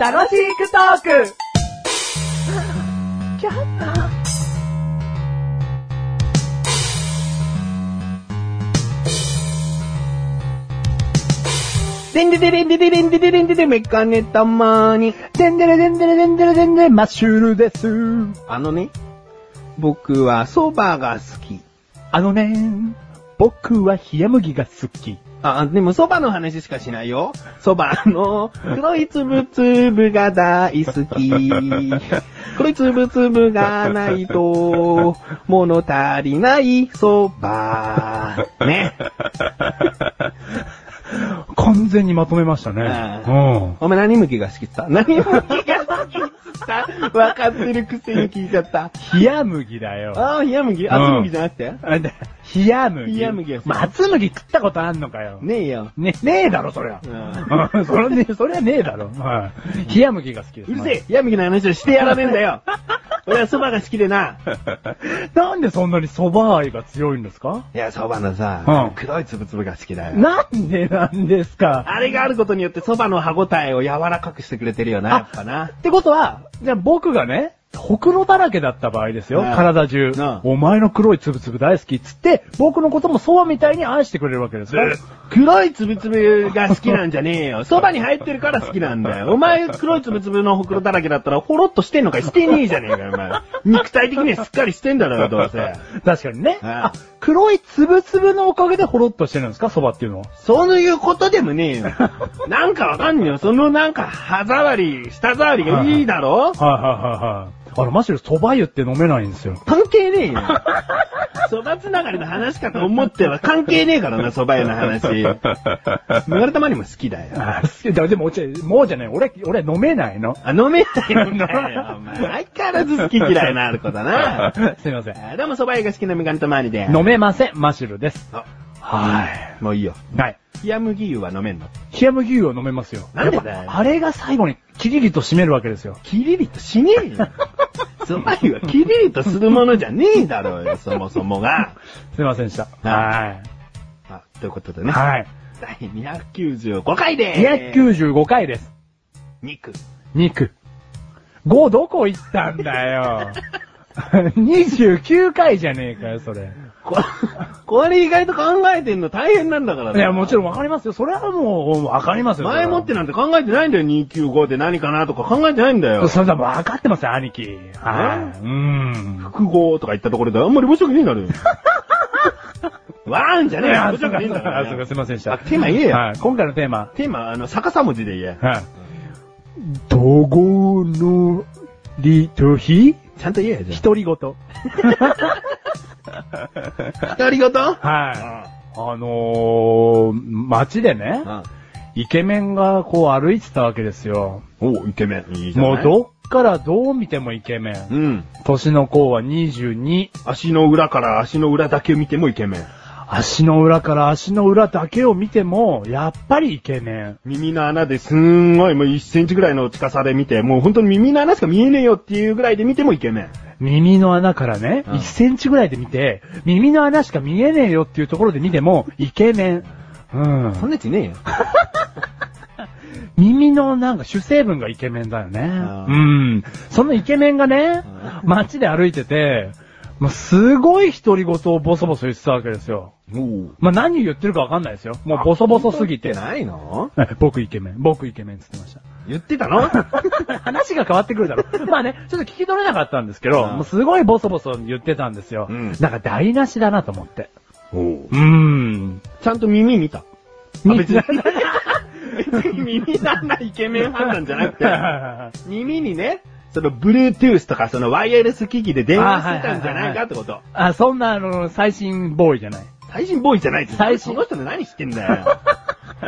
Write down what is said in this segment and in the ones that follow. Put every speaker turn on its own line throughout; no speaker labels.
楽しくトーク
でんでででんでででんでででんででめかねたまに。でんでれでんでれでんでれでんでマッシュルです。あのね、僕は蕎麦が好き。
あのね、僕は冷麦が好き。
あ、でも蕎麦の話しかしないよ。蕎麦の黒い粒々が大好き。黒い粒々がないと物足りない蕎麦。ね。
完全にまとめましたね。うん。
お前何向きが好きって言った何向きが好きって言ったわかってるくせに聞いちゃった。
冷麦だよ。
ああ、冷や麦
う
あ、つ
ん
むぎじゃなくて
あんた冷麦。
冷麦は好き
松麦食ったことあんのかよ。
ねえよ。
ね、ねえだろ、そりゃ。うんそれね、そりゃねえだろ。はい。冷麦が好きです。
うるせえ冷や麦の話をしてやらねえんだ よ俺は蕎麦が好きでな。
えなんでそんなに蕎麦愛が強いんですか
いや、蕎麦の
う
さ
ん、
黒い粒々が好きだよ。
なんでなんですか
あれがあることによって蕎麦の歯応えを柔らかくしてくれてるよな、
あ
やっぱな。
ってことは、じゃあ僕がね、ほくろだらけだった場合ですよ、
うん
体中
うん。
お前の黒いつぶつぶ大好きっつって、僕のことも蕎麦みたいに愛してくれるわけですよ。
黒い粒々が好きなんじゃねえ よ。蕎麦に入ってるから好きなんだよ。お前、黒い粒々のほくろだらけだったら、ほろっとしてんのかしてねえじゃねえかよ、お前。肉体的にはしっかりしてんだろうよ、どうせ。
確かにね。
うん
あ、黒いつぶつぶのおかげでほろっとしてるんですか蕎麦っていうのは。
そういうことでもねえよ。なんかわかんねえよ。そのなんか、歯触り、舌触りがいいだろ
はいはいはいはい。あの、マシュル蕎麦湯って飲めないんですよ。
関係ねえ よ。蕎麦つながりの話かと思っては関係ねえからな、蕎麦屋の 話。村玉にも好きだよ。
あ、好きだ。 でも、ちょもうじゃない。俺、俺飲めないの。
あ、飲めないのかよ。お前相変わらず好き嫌いのある子だ な。
すいません。
どうも蕎麦屋が好きなメガネとマりで。
飲めません、マシュルです。
あ
はい。
もういいよ。
はい。
冷麦油は飲めんの
冷麦牛を飲めますよ。
なんでだよ
やっぱあれが最後にキリリと締めるわけですよ。
キリリとしねえよ。蕎麦油はキリリとするものじゃねえだろうよ、そもそもが。
すいませんでした。は
あ、ということで
い。
ね。
はい。
第295回でーす。
295回です。
肉。
肉。5どこ行ったんだよ。29回じゃねえかよ、そ れ。
こ、これ意外と考えてんの大変なんだから
いや、もちろん
ん。
わかりますよ。それはもう、わかりますよ。
前もって
な
なんて考えてないんだよ、295って何かなとか考えてないんだよ。
それはわかってますよ、兄貴。はい。うん。
複合とか言ったところであんまり面白くねえんだろ。わーんじゃねえよ、面 白くねえんだか
あそう
ら
か、
ね。
すいませんでした。
あテーマ言えよ
はい。今回のテーマ。
テーマ、あの、逆さ文字で言え。
はい。どごのりとひ
ちゃんと言えよ、じゃ
独り言。
あ。独り言
はい。あのー、街でね、イケメンがこう歩いてたわけですよ。
おイケメン。いいじゃ
も
な
う
い
どっからどう見てもイケメン。
うん。
年の子は22。
足の裏から足の裏だけ見てもイケメン。
足の裏から足の裏だけを見ても、やっぱりイケメン。
耳の穴ですんごいもう1センチぐらいの近さで見て、もう本当に耳の穴しか見えねえよっていうぐらいで見てもイケメン。
耳の穴からね、
うん
1センチぐらいで見て、耳の穴しか見えねえよっていうところで見ても、イケメン。うん。
んなやついねえよ。
耳のなんか主成分がイケメンだよね。
あー
うん。そのイケメンがね
あ、
街で歩いてて、もうすごい独り言をボソボソ言ってたわけですよ。
もう。
まあ、何言ってるかわかんないですよ。もうボソボソすぎて。
ないの
はい 僕イケメン、僕イケメンって言って
言ってたの
ました。 話が変わってくるだろ。まあね、ちょっと聞き取れなかったんですけど、
あー
もうすごいボソボソ言ってたんですよ。
うん
なんか台無しだなと思って。
お
うーん。
ちゃんと耳見た。
見
別に。別に耳の穴イケメン判断じゃなくて、 耳にね、その、Bluetooth とか、その、ワイヤレス機器で電話してたんじゃないかってこと。
あ、そんなあの、最新ボーイじゃない。
最新ボーイじゃないです
最新
その人の何してんだ よ。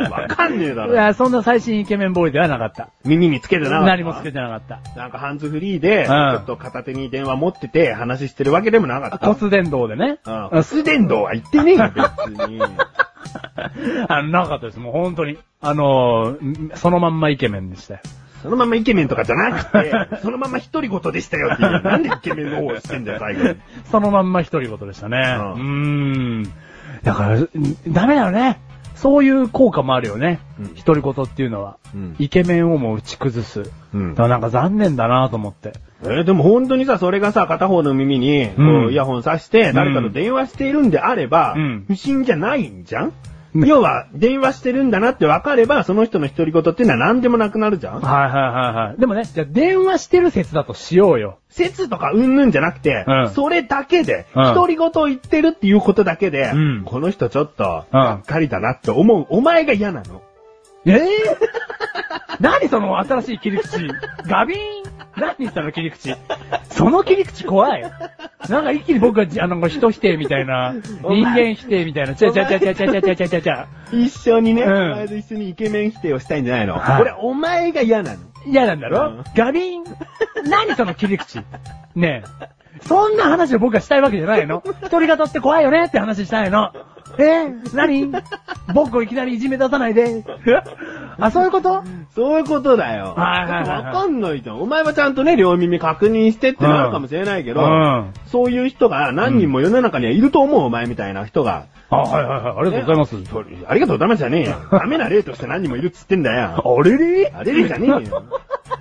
わかんねえだ
い
ろ。
や、そんな最新イケメンボーイではなかった。
耳につけてな。
何もつけ
て。
てなかった。
なんかハンズフリーで、
ん
ちょっと片手に電話持ってて話してるわけでもなかった。
骨伝導でね。
うん。スデンドは言ってねえよ、別に。
あの、なかったです。もう本当に。あのー、んそのまんまイケメンでしたよ。
そのままイケメンとかじゃなく て、そのまま独り言でしたよっていう。なんでイケメンの方をしてんだよ、最後に。
そのまんま独り言でしたね。う
うん
ーん。だから、んダメだよね。そういう効果もあるよね
うん。
独り言っていうのは。
うん
イケメンをもう打ち崩す。
うん
だからなんか残念だなと思って。
えーでも本当にさ、それがさ、片方の耳に、こ
う
うんイヤホンさして、誰かと電話しているんであれば、
うん
不審じゃないんじゃん、
ね
要は、電話してるんだなって分かれば、その人の独り言っていうのは何でもなくなるじゃん
はいはいはいはい。でもね、じゃあ電話してる説だとしようよ。
説とかうんぬんじゃなくて、
うん
それだけで、
うん
独り言を言ってるっていうことだけで、
うん
この人ちょっと、
うん
がっかりだなって思う、お前が嫌なの。
ええ 何その新しい切り口。ガビーン何その切り口。その切り口怖い。なんか一気に僕がじ、あの、人否定みたいな、
お前
人間否定みたいな、ちゃちゃちゃちゃちゃちゃちゃちゃちゃちゃ。
一緒にね、
うん
お前と一緒にイケメン否定をしたいんじゃないの、
はい
これ、お前が嫌なの。
嫌なんだろ、
うん
ガビーン何その切り口。ねえ。そんな話を僕がしたいわけじゃないの。一人語って怖いよねって話したいの。えー、何僕をいきなりいじめ出さないで。あ、そういうこと
そういうことだよ。
はいはいはいはい
わかんないじゃん。お前はちゃんとね、両耳確認してってなるかもしれないけど、
うん
そういう人が何人も世の中にはいると思う、お前みたいな人が。
あ、はいはいはい。ありがとうございます。
それありがとうございますじゃねえよ。ダメな例として何人もいるっつってんだ よ。
あれれ
あれれじゃねえ よ。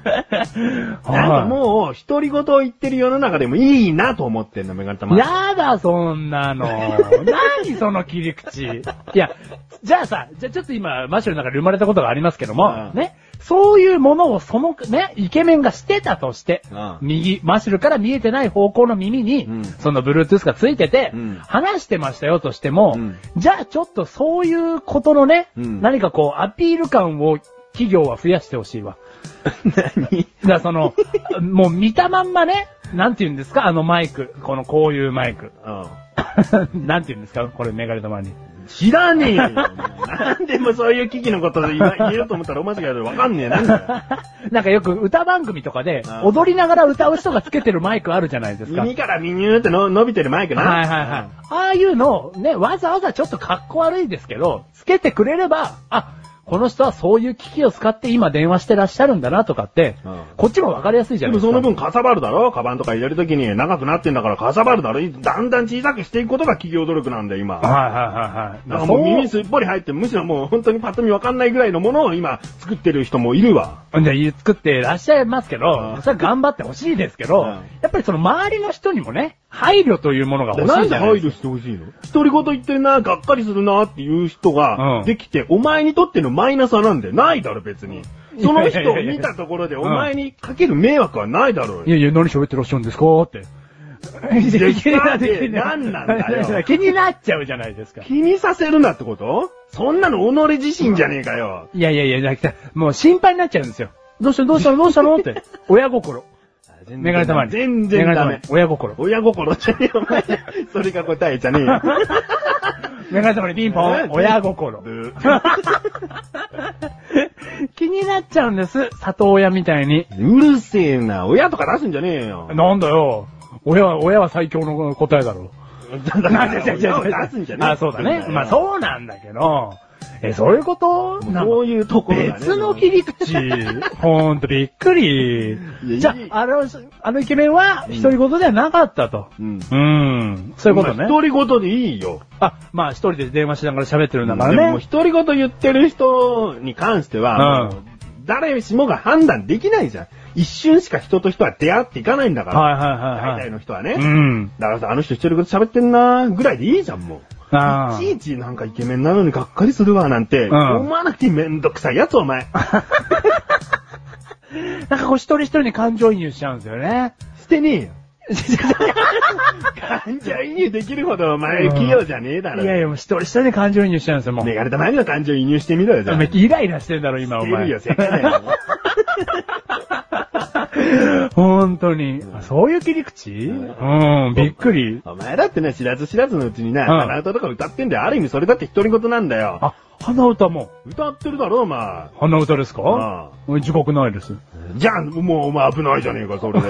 なんかもう、独り言を言ってる世の中でもいいなと思ってんの、メガネたま。
やだ、そん なの。何その切り口。いや、じゃあさ、じゃあちょっと今、マッシュの中で生まれたことがありますけども、
うん
ね、そういうものをその、ね、イケメンがしてたとして、
うん
右、マッシュルから見えてない方向の耳に、
うん
その Bluetooth がついてて、
うん
話してましたよとしても、
うん
じゃあちょっとそういうことのね、
うん
何かこう、アピール感を企業は増やしてほしいわ。
何
だからその、もう見たまんまね、なんて言うんですかあのマイク。このこういうマイク。
うん。
なんて言うんですかこれメガネ玉に。
知らねえよ。なんでもそういう危機のこと言 わ言えると思ったらお間違いだよ。わかんねえ。なんだよ。
なんかよく歌番組とかで
うん、
踊りながら歌う人がつけてるマイクあるじゃないですか。はい
耳からミニューっての伸びてるマイクな。
はいはい。ああいうのをね、わざわざちょっと格好悪いですけど、つけてくれれば、あ、この人はそういう機器を使って今電話してらっしゃるんだなとかって
うん、
こっちもわかりやすいじ
で
ゃない
も
です
そ
か。
の分かさばるだろカバンとか入れるときに長くなってんだからかさばるだろだんだん小さくしていくことが企業努力なんだよ、今。だか
はいはいはいは
ら
い。
もう耳
そう
すっぽり入って、むしろもう本当にパッと見わかんないぐらいのものを今作ってる人もいるわ。
で、作ってらっしゃいますけ
う
ど
ん、
それは頑張ってほしいですけど、
うん
やっぱりその周りの人にもね、配慮というものが欲
なん
しいじ
で
ゃない
配
で
慮
す
してほしいの独り言言ってるな、がっかりするなっていう人が
うん
できて、お前にとってのマイナスはなんだよ。ないだろ、別 に。その人を見たところでお前にかける迷惑はないだろうよ
か。い。やいや、何喋ってらっしゃるんですかって。
いや
気になっ
いや何なんだよ
気になっちゃうじゃないですか。
気にさせるなってことそんなの己自身じゃねえかよ。
いやいやいや、じゃなくて、もう心配になっちゃうんですよ。どうしたのどうしたのどうしたのって。親心。メガネ玉に。
全然
メガ
ダ
ネ
メ
玉に。親心。
親心じゃねえよ、お前。それが答えじゃねえよ。
メガネ玉にピンポ ン。親心。
ブー
気になっちゃうんです。里親みたいに。
うるせえな。親とか出すんじゃねえよ。
なんだよ。親は、親は最強の答えだろ。
だから親を出すんじゃねえよ
あ、そうだね。まあそうなんだけど。え、そういうこと
もうそういうところだね。
別の切り口。ほんとびっくり
いや。
じゃ
いい
あ、あの、あのイケメンは、独り言ではなかったと。
うん。
うん。そういうことね。
独り言でいいよ。
あ、まあ一人で電話しながら喋ってるん
で
だから
も、
ね。
独り言言ってる人に関しては、
うん
もう誰しもが判断できないじゃん。一瞬しか人と人は出会っていかないんだから。
はいはい
大
はい
体
は。
の人はいね。
うん。
だからさ、あの人一人言喋ってんなぐらいでいいじゃん、もう。
あ
いちいちなんかイケメンなのにがっかりするわ、なんて、
うん
思わなくてめんどくさいやつ、お前。
あ。なんかこう一人一人に感情移入しちゃうんですよ ね。
してねえよ。感情移入できるほどお前
うん
器用じゃねえだろ。
いやいや、もう一人一人に感情移入しちゃうんですよ、もう。
メガネたまには感情移入してみろよ、じゃあ。
めっちゃイライラしてんだろ、今、お
してる
前。
よ、せっかだよ。
本当に。あそういう切り口うん、びっくり。
お前だってね、知らず知らずのうちにね、
ん
鼻歌とか歌ってんだよ。ある意味それだって独り言なんだよ。
あ、鼻歌も。
歌ってるだろ、お前。
鼻歌です
あ
か自覚ないです。
じゃあ、もうお前危ないじゃねえか、それ で。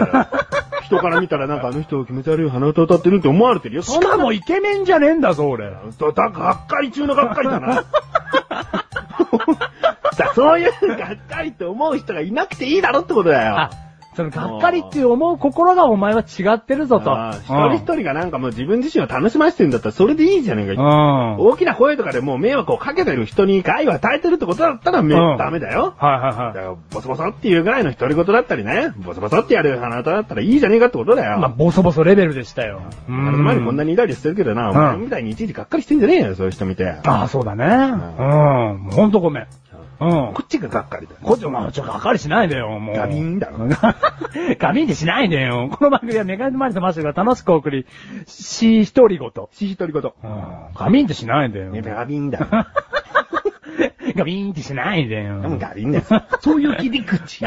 人から見たらなんかあの人気持ち悪い鼻歌歌ってるって思われてるよ。
しかもイケメンじゃねえんだぞ、俺。
だ、だ、学会中の学会だ な。さ、そういう学会って思う人がいなくていいだろってことだよ。
あ、その、がっかりっていう思う心がお前は違ってるぞと。
あー一人一人がなんかもう自分自身を楽しませてんだったらそれでいいじゃねえか。
うん。うん。
大きな声とかでもう迷惑をかけてる人に害を与えてるってことだったらめ、
うん
ダメだよ。
はい
だ
はい
か
はい。
らボソボソっていうぐらいの独り言だったりね、ボソボソってやる鼻歌だったらいいじゃねえかってことだよ。
まあ、ボソボソレベルでしたよ。う
当たり前にこんなにイライラしてるけどな、お前みたいにいちいちがっかりしてんじゃねえよ、そういう人見て。
ああ、そうだね。うん。もうほんとごめん。うん。
こっちががっかりだよ。
こっちも、ちょ、がっかりしないでよ、もう。
ガビンだろ。
ガビンでしないでよ。この番組はメガネとマリとマッシュが楽しくお送り、し、一人ごと。
し独り言。
うん。ガビンってしない でよ。
ね、ガビンだろ。
ガビンってしないでよ
で。もガビンだよ。そういう切り口。